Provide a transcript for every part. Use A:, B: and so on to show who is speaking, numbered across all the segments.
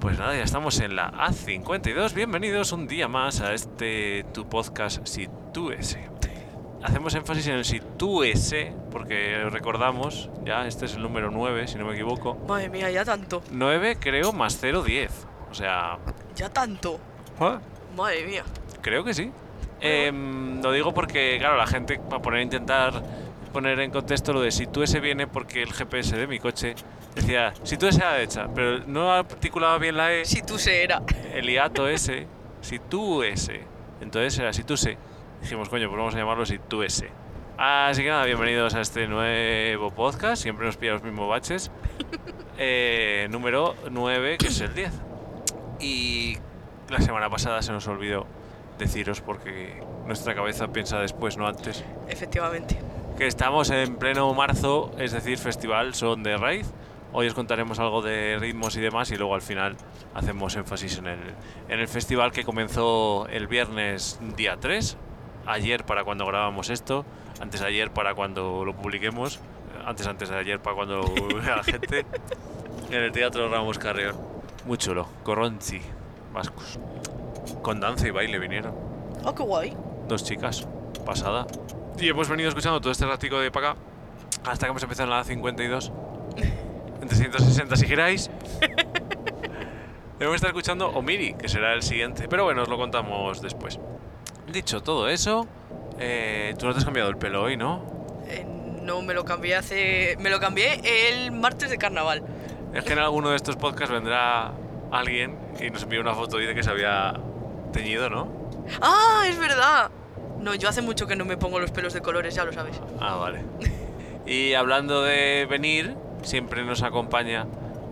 A: Pues nada, ya estamos en la A52. Bienvenidos un día más a este tu podcast Sitúese. Hacemos énfasis en el Sitúese porque recordamos, ya este es el número 9, si no me equivoco.
B: Madre mía, ya tanto.
A: 9 creo más 0, 10. O sea,
B: Ya tanto. Madre mía.
A: creo que sí. Em, lo digo porque, claro, la gente va a poner a intentar poner en contexto lo de Sitúese viene porque el GPS de mi coche decía Sitúese a la derecha, pero no articulaba bien la E.
B: Si tú se era.
A: el hiato ese, si tú ese. Entonces era si tú se. Dijimos, coño, pues vamos a llamarlo si tú ese. Así que nada, bienvenidos a este nuevo podcast. Siempre nos pilla los mismos baches. Eh, número 9, que es el 10. Y la semana pasada se nos olvidó deciros, porque nuestra cabeza piensa después, no antes,
B: Efectivamente.
A: que estamos en pleno marzo, es decir, Festival Son de Raíz. Hoy os contaremos algo de ritmos y demás y luego al final hacemos énfasis en el, en el festival que comenzó el viernes día 3, ayer para cuando grabamos esto, antes de ayer para cuando lo publiquemos, antes antes de ayer para cuando lo vea la gente, en el Teatro Ramos Carrión. Muy chulo, Corronzi, vascos. Con danza y baile vinieron
B: Oh, qué guay.
A: dos chicas, pasada. Y hemos venido escuchando todo este ratico de para acá hasta que hemos empezado en la 52. En 360 si giráis. Debemos estar escuchando Omiri, que será el siguiente. Pero bueno, os lo contamos después. Dicho todo eso, eh, tú no te has cambiado el pelo hoy, ¿no?
B: Eh, no me lo cambié hace. Me lo cambié el martes de carnaval.
A: Es que en alguno de estos podcasts vendrá alguien y nos envía una foto y dice que se había teñido, ¿no?
B: ¡Ah! ¡Es verdad! No, yo hace mucho que no me pongo los pelos de colores, ya lo sabes.
A: Ah, vale. Y hablando de venir, siempre nos acompaña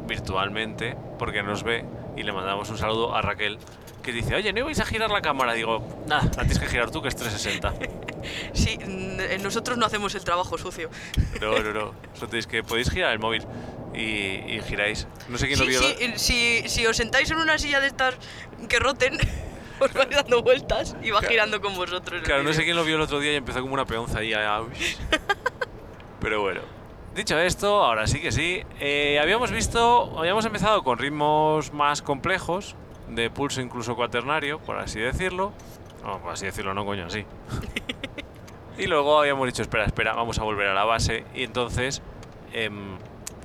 A: virtualmente porque nos ve y le mandamos un saludo a Raquel que dice, oye, ¿no ibais a girar la cámara? Digo, nada, la tienes que girar tú que es 360.
B: Sí, mm, eh, nosotros no hacemos el trabajo sucio.
A: No, no, no. Solo tenéis que podéis girar el móvil y, y giráis. No sé quién lo
B: Sí,
A: vio.
B: sí, eh, si, si os sentáis en una silla de estas que roten, os vais dando vueltas y va
A: Claro.
B: girando con vosotros. el
A: Claro, no sé
B: vídeo.
A: quién lo vio el otro día y empezó como una peonza ahí. a- a- Pero bueno. Dicho esto, ahora sí que sí. eh, habíamos visto, habíamos empezado con ritmos más complejos, de pulso incluso cuaternario, por así decirlo. No, por así decirlo, no, coño, sí. y luego habíamos dicho, espera, espera, vamos a volver a la base. Y entonces em,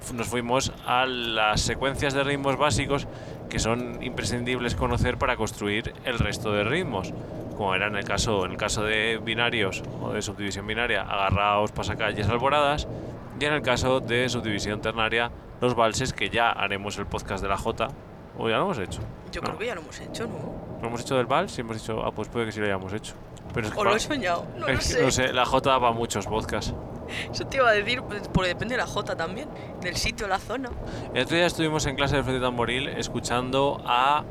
A: fu- nos fuimos a las secuencias de ritmos básicos que son imprescindibles conocer para construir el resto de ritmos. Como era en el caso, en el caso de binarios o de subdivisión binaria, agarraos, pasacalles, alboradas. Y en el caso de subdivisión ternaria, los valses, que ya haremos el podcast de la J. O ya lo hemos hecho.
B: Yo
A: No.
B: creo que ya lo hemos hecho, ¿no?
A: ¿Lo hemos hecho del vals? Y hemos dicho, ah, pues puede que sí lo hayamos hecho. Pero es que
B: O lo
A: pa-
B: he soñado, no lo
A: es que
B: sé.
A: no sé, la J daba muchos podcasts.
B: Eso te iba a decir, pues, porque depende de la J también, del sitio, la zona.
A: El otro día estuvimos en clase de frente tamboril escuchando a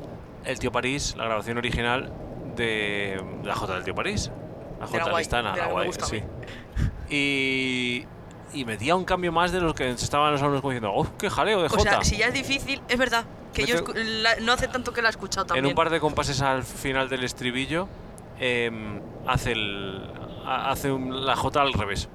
A: El Tío París, la grabación original de la Jota del Tío París. La
B: De
A: Jota
B: la guay,
A: Listana,
B: de
A: la
B: la que me
A: guay,
B: gusta a
A: sí.
B: mí.
A: Y, y metía un cambio más de los que estaban los alumnos como diciendo, ¡oh, qué jaleo de
B: O sea,
A: Jota!
B: si ya es difícil, es verdad, que
A: Me
B: yo
A: tengo-
B: escu- la- no hace tanto que la he escuchado
A: en
B: también.
A: un par de compases al final del estribillo em, hace, el, ha- hace un- la Jota al revés.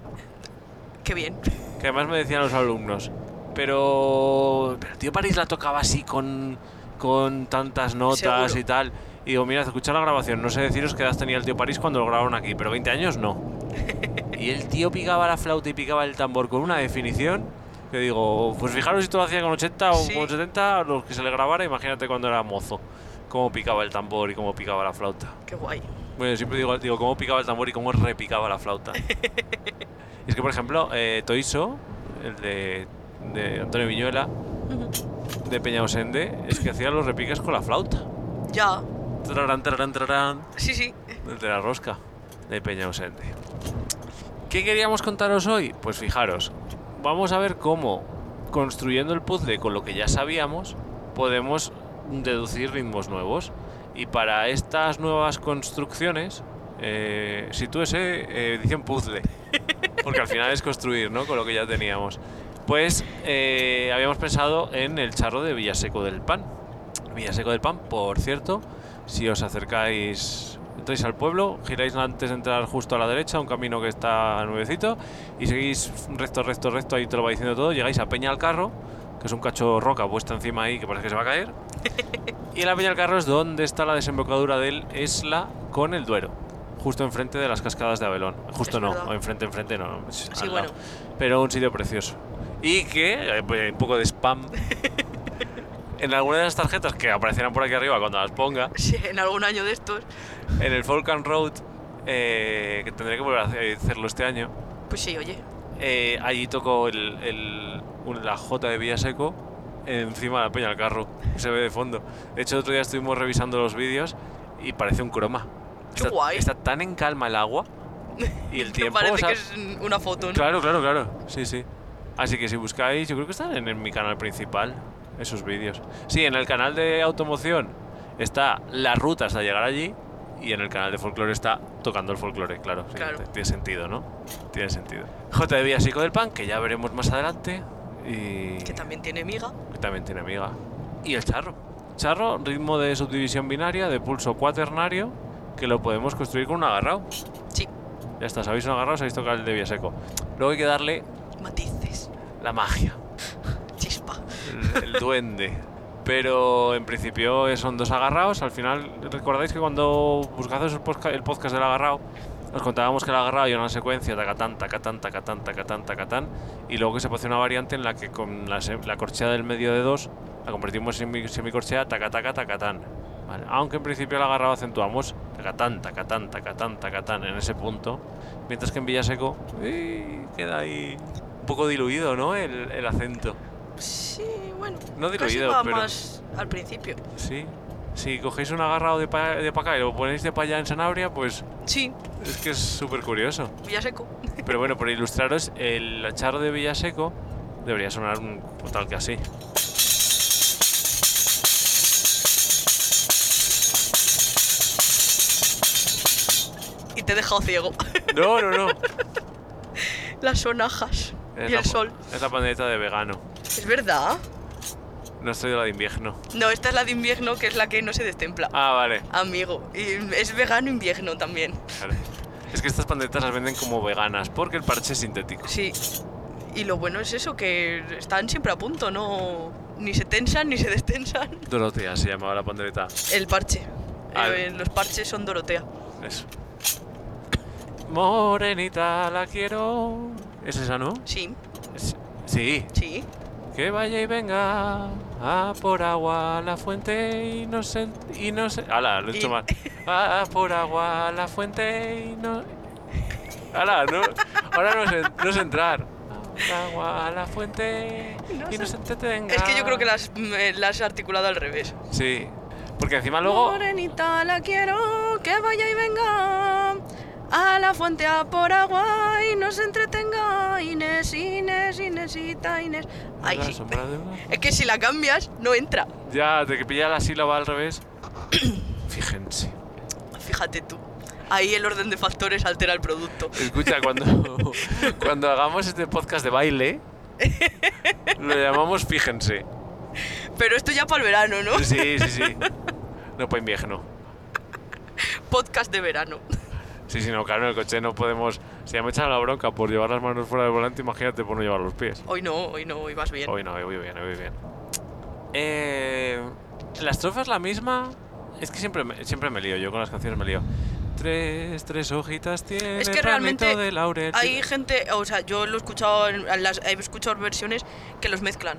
B: Qué bien.
A: Que además me decían los alumnos. Pero, pero el tío París la tocaba así con, con tantas notas
B: Seguro.
A: y tal. Y digo, mirad, escuchad la grabación. No sé deciros qué edad tenía el tío París cuando lo grabaron aquí, pero 20 años no. y el tío picaba la flauta y picaba el tambor con una definición. Que digo, pues fijaros si esto lo hacía con 80 o
B: Sí.
A: con 70, los que se le grabara, imagínate cuando era mozo. Cómo picaba el tambor y cómo picaba la flauta.
B: Qué guay.
A: Bueno, siempre digo, digo cómo picaba el tambor y cómo repicaba la flauta. Y es que, por ejemplo, eh, Toiso, el de, de Antonio Viñuela, de Peñausende, es que hacía los repiques con la flauta.
B: Ya,
A: Trarán, trarán, trarán,
B: sí, sí.
A: el de la rosca, de Peñausende. ¿Qué queríamos contaros hoy? Pues fijaros, vamos a ver cómo, construyendo el puzzle con lo que ya sabíamos, podemos deducir ritmos nuevos. Y para estas nuevas construcciones, eh, si tú ese eh, edición puzzle, porque al final es construir, ¿no? Con lo que ya teníamos. Pues eh, habíamos pensado en el charro de Villaseco del Pan. Villaseco del Pan, por cierto, si os acercáis, entráis al pueblo, giráis antes de entrar justo a la derecha, un camino que está nuevecito, y seguís recto, recto, recto, ahí te lo va diciendo todo, llegáis a Peña al Carro, que es un cacho roca puesta encima ahí que parece que se va a caer, Y la Peña del Carro es donde está la desembocadura del Esla con el Duero, justo enfrente de las cascadas de Abelón. Justo
B: Es
A: no,
B: verdad.
A: o enfrente, enfrente no. es
B: Sí,
A: al lado.
B: bueno.
A: Pero un sitio precioso. Y que, eh, pues, un poco de spam, en alguna de las tarjetas que aparecerán por aquí arriba cuando las ponga,
B: Sí, en algún año de estos.
A: en el Falcon Road, eh, que tendré que volver a hacer- hacerlo este año,
B: Pues sí, oye.
A: eh, allí tocó el, el- un- la J de Villaseco encima de la peña del carro. Se ve de fondo. De hecho, el otro día estuvimos revisando los vídeos y parece un croma.
B: Qué
A: está,
B: guay.
A: está tan en calma el agua y el
B: Me
A: tiempo.
B: Parece
A: o sea,
B: que es una foto, ¿no?
A: Claro, claro, claro. Sí, sí. Así que si buscáis, yo creo que están en, en mi canal principal esos vídeos. Sí, en el canal de automoción está la ruta hasta llegar allí y en el canal de folclore está tocando el folclore, claro. sí,
B: Claro.
A: t- Tiene sentido, ¿no? Tiene sentido. J de Villasico del Pan, que ya veremos más adelante. Y
B: Que también tiene miga.
A: que también tiene amiga. Y el charro. Charro, ritmo de subdivisión binaria, de pulso cuaternario, que lo podemos construir con un agarrado.
B: Sí,
A: Ya está, sabéis un agarrado, sabéis tocar el de Villaseco. Luego hay que darle
B: matices.
A: la magia,
B: Chispa.
A: el, el duende. Pero en principio eh, son dos agarrados. Al final, recordáis que cuando buscáis el posca- el podcast del agarrado, os contábamos que el agarrado era una secuencia tacatán, tacatán, tacatán, tacatán, tacatán. Y luego que se puede hacer una variante en la que con la, se- la corchea del medio de dos la convertimos en semi- semicorchea tacataca, tacatán. Vale, Aunque en principio el agarrado acentuamos tacatán, tacatán, tacatán, tacatán en ese punto. Mientras que en Villaseco ¡ey! queda ahí un poco diluido, ¿no? El- el acento.
B: Sí, bueno.
A: No diluido,
B: casi va
A: pero-
B: más al principio.
A: Sí. Si cogéis un agarrado de pa, de pa acá y lo ponéis de pa allá en Sanabria, pues
B: Sí,
A: es que es súper curioso.
B: Villaseco.
A: Pero bueno, por ilustraros, el charro de Villaseco debería sonar un tal que así.
B: Y te he dejado ciego.
A: No, no, no.
B: Las sonajas.
A: Es
B: y
A: la pa-
B: el sol.
A: Es la pandereta de vegano.
B: Es verdad.
A: No estoy de la de invierno.
B: No, esta es la de invierno, que es la que no se destempla.
A: Ah, vale.
B: Amigo. Y es vegano invierno también.
A: Vale. Es que estas panderetas las venden como veganas porque el parche es sintético.
B: Sí. Y lo bueno es eso, que están siempre a punto, no. Ni se tensan ni se destensan.
A: Dorotea se llamaba la pandereta.
B: El parche.
A: Ah.
B: Eh, los parches son Dorotea.
A: Eso. Morenita, la quiero. ¿Es esa, no?
B: Sí,
A: Es- Sí.
B: sí.
A: Que vaya y venga a por agua a la fuente y no se... Y no se... Ala, lo he hecho
B: Y-
A: mal. A por agua a la fuente y no... Ala, no, ahora no sé, no sé entrar. A por agua a la fuente
B: No
A: y no
B: sé.
A: se entretenga.
B: Es que yo creo que las, me- las he articulado al revés.
A: Sí, porque encima luego...
B: Morenita la quiero, que vaya y venga. A la fuente a por agua y no se entretenga. Inés, Inés, Inésita, Inés. Ay,
A: La
B: sí.
A: sombra de una-
B: Es que si la cambias, no entra.
A: Ya, de que pilla la sílaba al revés. Fíjense.
B: Fíjate tú. Ahí el orden de factores altera el producto.
A: Escucha, cuando, cuando hagamos este podcast de baile, lo llamamos Fíjense.
B: Pero esto ya para el verano, ¿no?
A: Sí, sí, sí. No para invierno.
B: Podcast de verano.
A: Sí, sí, no, claro, en el coche no podemos. Si ya me echan la bronca por llevar las manos fuera del volante, imagínate por no llevar los pies.
B: Hoy no, hoy no, hoy vas bien.
A: Hoy no, hoy voy bien, hoy voy bien. Eh, la estrofa es la misma. Es que siempre me, siempre me lío, yo con las canciones me lío. Tres, tres hojitas tiene
B: Es
A: el
B: que
A: ramito
B: realmente
A: de laurel.
B: hay gente, o sea, yo lo he escuchado, en- en las, he escuchado versiones que los mezclan.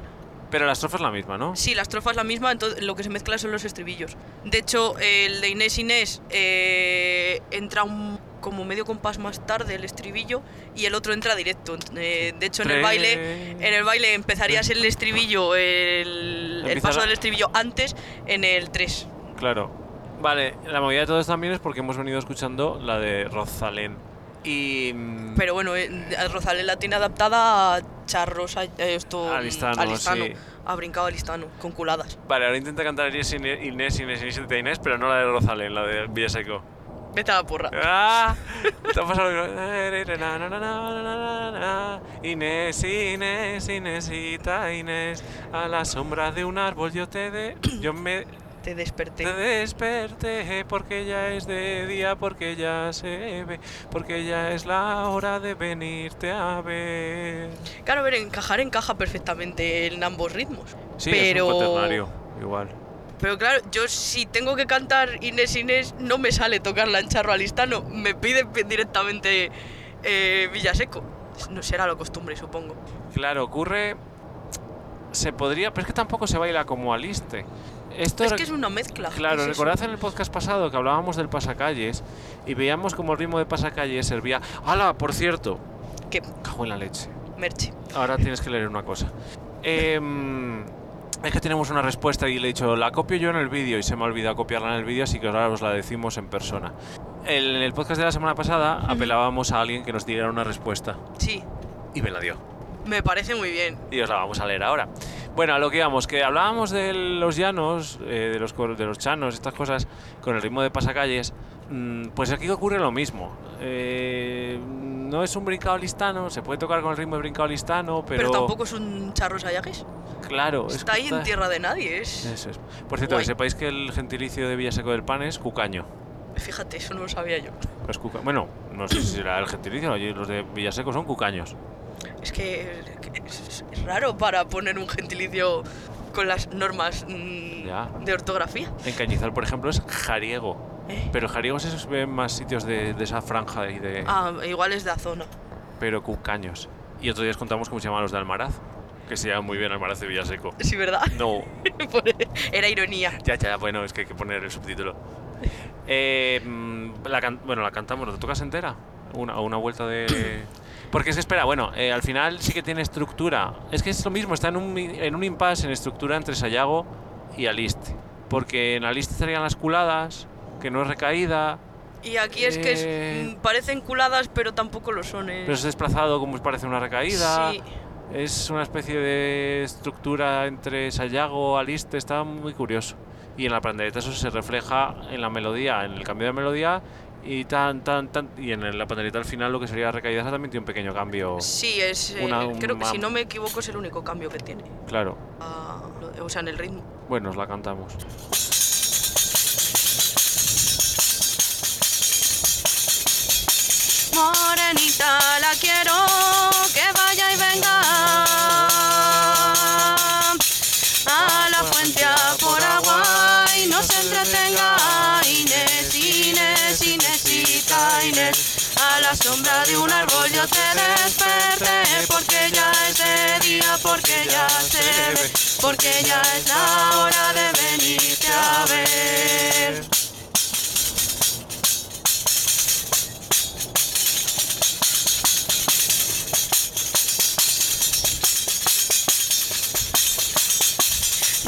A: Pero la estrofa es la misma, ¿no?
B: Sí, la estrofa es la misma, entonces lo que se mezcla son los estribillos. De hecho, el de Inés Inés eh, entra un, como medio compás más tarde el estribillo y el otro entra directo. Ent- eh, de hecho, en el baile, en el baile empezarías el estribillo, el, el
A: Empieza
B: paso
A: la-
B: del estribillo antes en el 3.
A: Claro. Vale, la movida de todo esto también es porque hemos venido escuchando la de Rosalén. Y. mm,
B: Pero bueno, eh, Rosalén la tiene adaptada a Charros, a, eh, esto,
A: A Listano,
B: a Listano.
A: sí.
B: Ha brincado a Listano, con culadas.
A: Vale, ahora intenta cantar Inés, Inés, Inés, Inés, Inés, de Inés, pero no la de Rosalén, la de Villaseco.
B: Vete a la porra.
A: ¡Ah! Te ha pasado lo mismo. Na, na, na, na, na, na, na. Inés, Inés, Inésita, Inés. A la sombra de un árbol yo te de... Yo me
B: Te desperté.
A: te desperté porque ya es de día, porque ya se ve, porque ya es la hora de venirte a ver.
B: Claro, a ver, encajar encaja perfectamente en ambos ritmos.
A: Sí, es
B: pero
A: un cuaternario, igual.
B: Pero claro, yo si tengo que cantar Inés Inés, no me sale tocarla en charro alistano. Me pide pe- directamente eh, Villaseco. No será la costumbre, supongo.
A: Claro, ocurre. Se podría, pero es que tampoco se baila como aliste. Esto
B: Es
A: rec-
B: que es una mezcla.
A: Claro,
B: es eso.
A: recordad en el podcast pasado que hablábamos del pasacalles y veíamos como el ritmo de pasacalles servía. ¡Hala! Por cierto,
B: Que
A: cago en la leche.
B: merche.
A: Ahora tienes que leer una cosa. Em, es que tenemos una respuesta y le he dicho, la copio yo en el vídeo y se me ha olvidado copiarla en el vídeo, así que ahora os la decimos en persona. El- en el podcast de la semana pasada apelábamos a alguien que nos diera una respuesta
B: Sí,
A: y me la dio.
B: me parece muy bien.
A: Y os la vamos a leer ahora. Bueno, a lo que íbamos, que hablábamos de los llanos, eh, de, los, cor- de los chanos, estas cosas, con el ritmo de pasacalles, mm, pues aquí ocurre lo mismo. Eh, no es un brincado listano, se puede tocar con el ritmo de brincado listano, pero...
B: Pero, tampoco es un charro sayagues.
A: Claro, es
B: Está
A: que
B: ahí en tierra de nadie. Es...
A: Eso es. Por cierto,
B: Guay.
A: que sepáis que el gentilicio de Villaseco del Pan es cucaño.
B: Fíjate, eso no lo sabía yo.
A: No es cuca- Bueno, no sé si será el gentilicio, oye, los de Villaseco son cucaños.
B: Es que, que es, es raro para poner un gentilicio con las normas mm,
A: Ya.
B: de ortografía.
A: En Cañizal, por ejemplo, es jariego.
B: ¿eh?
A: Pero jarigos esos ven más sitios de, de esa franja y de...
B: Ah, igual es de zona.
A: pero cucaños. Y otro día os contamos cómo se llaman los de Almaraz, que se llaman muy bien Almaraz de Villaseco.
B: Sí, ¿verdad?
A: No,
B: Por- Era ironía.
A: ya, ya, bueno, es que hay que poner el subtítulo. Eh, mm, la can- bueno, la cantamos, ¿la tocas entera? Una, una vuelta de... Porque es que, espera, bueno, eh, al final sí que tiene estructura. Es que es lo mismo, está en un, mi- en un impasse en estructura entre Sayago y Aliste. Porque en Aliste estarían las culadas, que no es recaída,
B: Y aquí es que es-
A: Eh.
B: mm, parecen culadas, pero tampoco lo son. eh.
A: pero es desplazado como parece una recaída.
B: Sí.
A: Es una especie de estructura entre Sayago, Aliste, está muy curioso. Y en la pandereta eso se refleja en la melodía, en el cambio de melodía y tan tan tan y en la pandereta al final lo que sería la recaída esa también tiene un pequeño cambio,
B: Sí, es. eh,
A: Una-
B: creo que
A: una-
B: si no me equivoco es el único cambio que tiene.
A: claro.
B: Ah, lo- o sea, en el ritmo.
A: Bueno, os la cantamos.
B: Morenita, la quiero que vaya y venga a la fuente a por agua y no se entretenga. Inés, Inés, Inésita, Inés, a la sombra de un árbol yo te desperté porque ya es de día, porque ya se ve, porque ya es la hora de venirte a ver.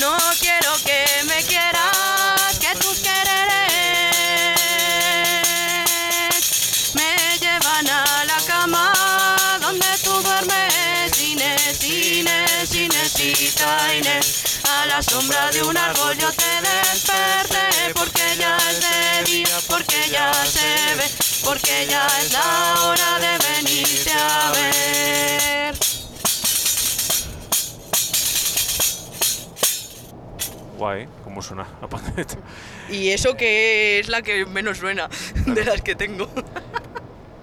B: No quiero que me quieras, que tus quereres me llevan a la cama donde tú duermes. Inés, Inés, Inésita, Inés, a la sombra de un árbol yo te desperté porque ya es de día, porque ya se ve, porque ya es la hora de venirte a ver.
A: Guay, cómo suena la pandereta.
B: Y eso que es la que menos suena de las que tengo.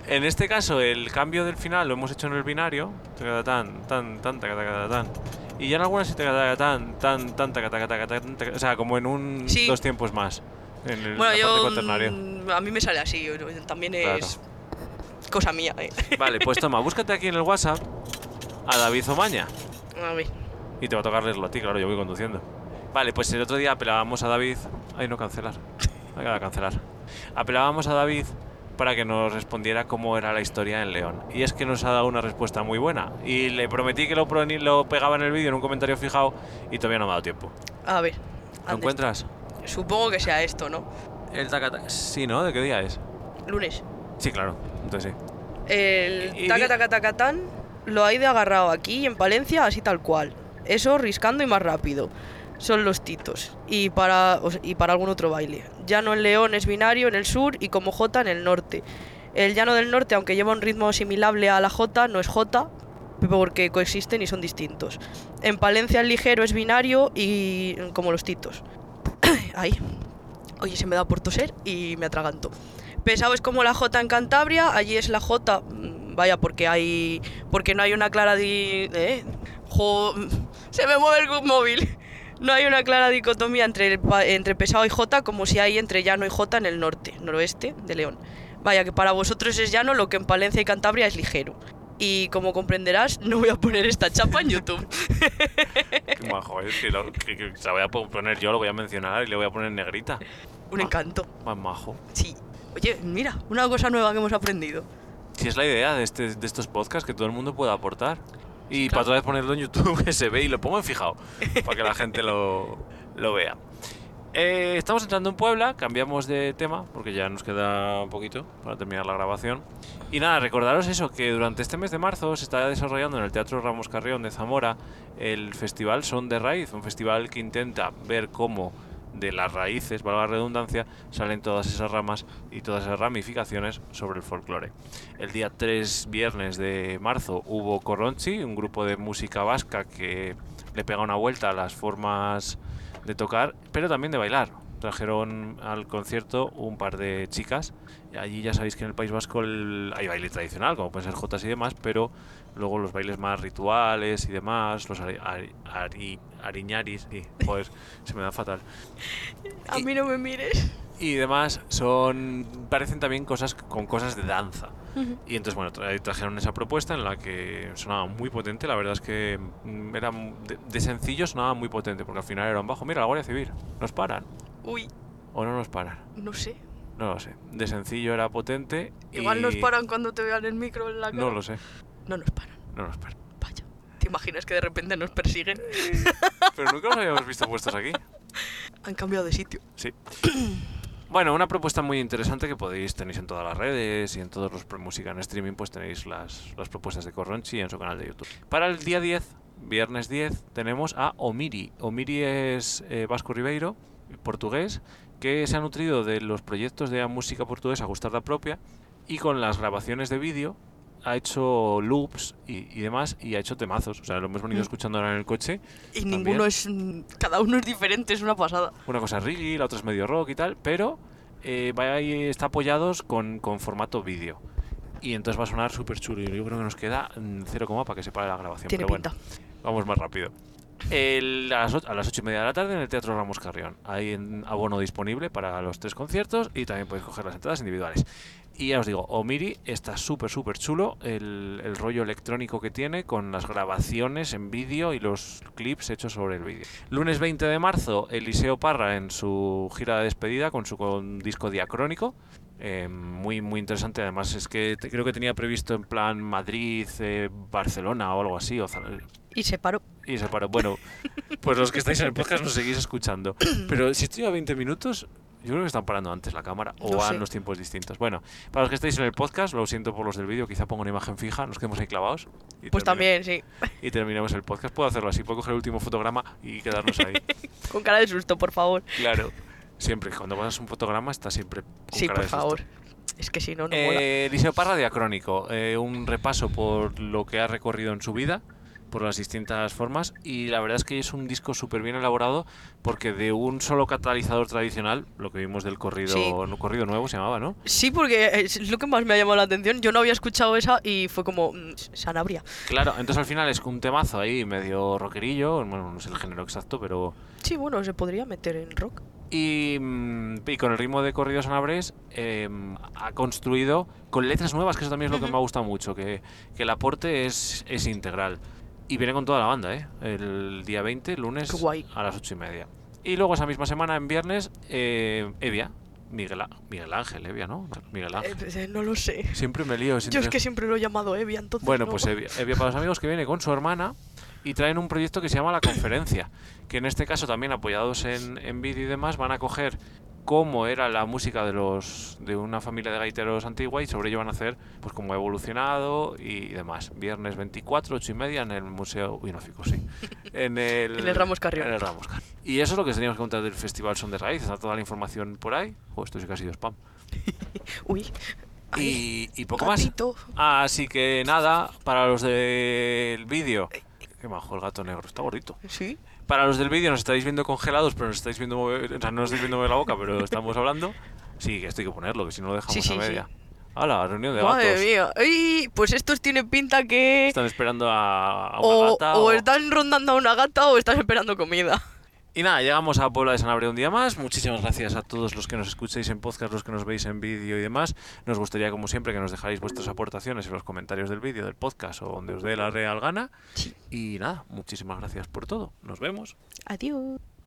A: En este caso, el cambio del final lo hemos hecho en el binario. Tacatatán, tan, tan, tacatatán. Y ya en algunas sí tacatatán, tan, tan, tacatatán, taca- O sea, como en un
B: Sí.
A: dos tiempos más. En el
B: Bueno,
A: la parte
B: yo.
A: cuaternaria.
B: mm, A mí me sale así, yo- yo- también es. Cosa mía, eh.
A: Vale, pues toma, búscate aquí en el WhatsApp a David Omaña.
B: A ver.
A: Y te va a tocar leerlo a ti, claro, yo voy conduciendo. Vale, pues el otro día apelábamos a David. Ay, no cancelar. Hay que cancelar. Apelábamos a David para que nos respondiera cómo era la historia en León. Y es que nos ha dado una respuesta muy buena. Y le prometí que lo, proni- lo pegaba en el vídeo, en un comentario fijado, y todavía no me ha dado tiempo.
B: A ver.
A: ¿Lo
B: Antes-
A: encuentras?
B: Supongo que sea esto, ¿no?
A: El tacatac. Sí, ¿no? ¿De qué día es?
B: Lunes.
A: Sí, claro. Entonces sí. Y-
B: El
A: y
B: taca
A: di-
B: taca taca tan lo hay de agarrado aquí en Valencia, así tal cual. Eso riscando y más rápido. Son los titos. Y para, o sea, y para algún otro baile. Llano en León es binario en el sur y como J en el norte. El llano del norte, aunque lleva un ritmo similable a la J, no es J porque coexisten y son distintos. En Palencia el ligero es binario y como los titos. Ahí. Oye, se me da por toser y me atraganto. Pesado es como la J en Cantabria, allí es la J, mm, vaya, porque hay, porque no hay una clara di, ¿eh? Jo, se me mueve el móvil. No hay una clara dicotomía entre, el pa- entre pesado y jota como si hay entre llano y jota en el norte, noroeste de León. Vaya que para vosotros es llano lo que en Palencia y Cantabria es ligero. Y como comprenderás, no voy a poner esta chapa en YouTube.
A: Qué majo, es que, lo- que- que se la voy a po- poner yo, lo voy a mencionar y le voy a poner negrita.
B: Un encanto.
A: Más majo.
B: Sí. Oye, mira, una cosa nueva que hemos aprendido.
A: Si es la idea de, este- de estos podcasts, que todo el mundo pueda aportar. Y para otra vez ponerlo en YouTube, que se ve y lo pongo en fijado, para que la gente lo, lo vea. Eh, estamos entrando en Puebla, cambiamos de tema, porque ya nos queda un poquito para terminar la grabación. Y nada, recordaros eso, que durante este mes de marzo se está desarrollando en el Teatro Ramos Carrión de Zamora el festival Son de Raíz, un festival que intenta ver cómo de las raíces, valga la redundancia, salen todas esas ramas y todas esas ramificaciones sobre el folclore. El día 3 viernes de marzo hubo Corronchi, un grupo de música vasca que le pega una vuelta a las formas de tocar, pero también de bailar. Trajeron al concierto un par de chicas. Allí ya sabéis que en el País Vasco el- hay baile tradicional, como pueden ser jotas y demás, pero luego los bailes más rituales y demás, los ari- ari- ari- ariñaris, y, joder, se me da fatal
B: A
A: Y-
B: mí no me mires.
A: y demás son parecen también cosas con cosas de danza y entonces bueno tra- trajeron esa propuesta en la que sonaba muy potente la verdad es que mm, era m- de, de sencillo sonaba muy potente porque al final era un bajo mira la Guardia Civil nos paran
B: Uy,
A: o no nos paran
B: no sé.
A: no lo sé de sencillo era potente
B: Igual
A: y-
B: nos paran cuando te vean el micro en la cara.
A: Eh, no lo sé
B: No nos paran.
A: no nos paran
B: Vaya. ¿Te imaginas que de repente nos persiguen?
A: pero nunca los habíamos visto puestos aquí
B: Han cambiado de sitio.
A: Sí. Bueno, una propuesta muy interesante que podéis, tenéis en todas las redes y en todos los pro- música en streaming, pues tenéis las, las propuestas de Corronchi en su canal de YouTube. Para el día 10, viernes 10, tenemos a Omiri. Omiri es eh, Vasco Ribeiro, portugués, que se ha nutrido de los proyectos de música portuguesa Gustarda Propia y con las grabaciones de vídeo ha hecho loops y, y demás y ha hecho temazos. O sea, lo hemos venido
B: Mm.
A: escuchando ahora en el coche
B: Y
A: También.
B: ninguno es. mm, Cada uno es diferente, es una pasada.
A: una cosa es reggae, la otra es medio rock y tal, pero eh, va ahí- está apoyados con, con formato vídeo. Y entonces va a sonar súper chulo. Yo creo que nos queda mm, 0, coma para que se pare la grabación.
B: Tiene
A: pero
B: pinta.
A: Bueno, vamos más rápido. El- a, las, ocho- a las 8 y media de la tarde en el Teatro Ramos Carrión. Hay en abono disponible para los tres conciertos y también podéis coger las entradas individuales. Y ya os digo, Omiri está súper, súper chulo el, el rollo electrónico que tiene con las grabaciones en vídeo y los clips hechos sobre el vídeo. Lunes 20 de marzo, Eliseo Parra en su gira de despedida con su con- disco diacrónico. Eh, muy, muy interesante. Además, es que te- creo que tenía previsto en plan Madrid, eh, Barcelona o algo así. o Zara-
B: Y se paró.
A: y se paró. Bueno, pues los que estáis en el podcast nos seguís escuchando. Pero si estoy a 20 minutos, yo creo que están parando antes la cámara o
B: No
A: van
B: sé.
A: los tiempos distintos. Bueno, para los que estáis en el podcast, lo siento por los del vídeo, quizá pongo una imagen fija, nos quedemos ahí clavados. y
B: Pues
A: termine-
B: también, sí.
A: Y terminamos el podcast. Puedo hacerlo así, puedo coger el último fotograma y quedarnos ahí.
B: Con cara de susto, por favor.
A: claro. Siempre, cuando pasas un fotograma está siempre con
B: Sí,
A: cara
B: por
A: de susto.
B: favor. Es que si no, no mola.
A: Eh, Eliseo Parra diacrónico, eh, un repaso por lo que ha recorrido en su vida, por las distintas formas, y la verdad es que es un disco súper bien elaborado, porque de un solo catalizador tradicional, lo que vimos del corrido,
B: Sí.
A: no, corrido nuevo se llamaba, ¿no?
B: Sí, porque es lo que más me ha llamado la atención. Yo no había escuchado esa y fue como. mm, Sanabria.
A: Claro, entonces al final es un temazo ahí, medio rockerillo, bueno, no sé el género exacto, pero...
B: Sí, bueno, se podría meter en rock.
A: Y, mm, y con el ritmo de Corridos Sanabres ha construido con letras nuevas, que eso también es lo que
B: Ujú.
A: me ha gustado mucho, que, que el aporte es, es integral. Y viene con toda la banda, ¿eh? El día 20, lunes
B: Qué guay.
A: a las 8 y media. Y luego esa misma semana, en viernes, eh, Evia, Miguel, Á- Miguel Ángel, Evia, ¿no? Miguel
B: Eh,
A: Ángel.
B: pues, eh, no lo sé.
A: Siempre me lío.
B: Yo
A: siempre-
B: es que siempre lo he llamado Evia, entonces.
A: bueno,
B: no.
A: pues Evia, Evia para los amigos que viene con su hermana y traen un proyecto que se llama La Conferencia, que en este caso también apoyados en, en vídeo y demás van a coger cómo era la música de los de una familia de gaiteros antigua y sobre ello van a hacer pues cómo ha evolucionado y demás. Viernes 24, 8 y media en el Museo Uinofico, sí. En el,
B: En el Ramos Carrión.
A: En el Ramos Carrión. Y eso es lo que os teníamos que contar del Festival Son de Raíz. Está toda la información por ahí. Joder, esto sí que ha sido spam.
B: Uy. Ay,
A: Y, y poco más.
B: gatito.
A: Así que nada, para los del vídeo. Qué majo el gato negro, está gordito.
B: Sí.
A: Para los del vídeo nos estáis viendo congelados, pero nos estáis viendo mover, o sea, no nos estáis viendo mover la boca, pero estamos hablando. Sí, que esto hay que ponerlo, que si no lo dejamos
B: Sí, sí,
A: a
B: sí.
A: media. Hala, reunión de
B: Madre
A: gatos.
B: mía. Ay, pues estos tienen pinta que.
A: Están esperando a, a una
B: O,
A: gata.
B: o están rondando a una gata o están esperando comida.
A: Y nada, llegamos a Puebla de Sanabria un día más. Muchísimas gracias a todos los que nos escuchéis en podcast, los que nos veis en vídeo y demás. Nos gustaría, como siempre, que nos dejarais vuestras aportaciones en los comentarios del vídeo, del podcast o donde os dé la real gana. Y nada, muchísimas gracias por todo. Nos vemos.
B: Adiós.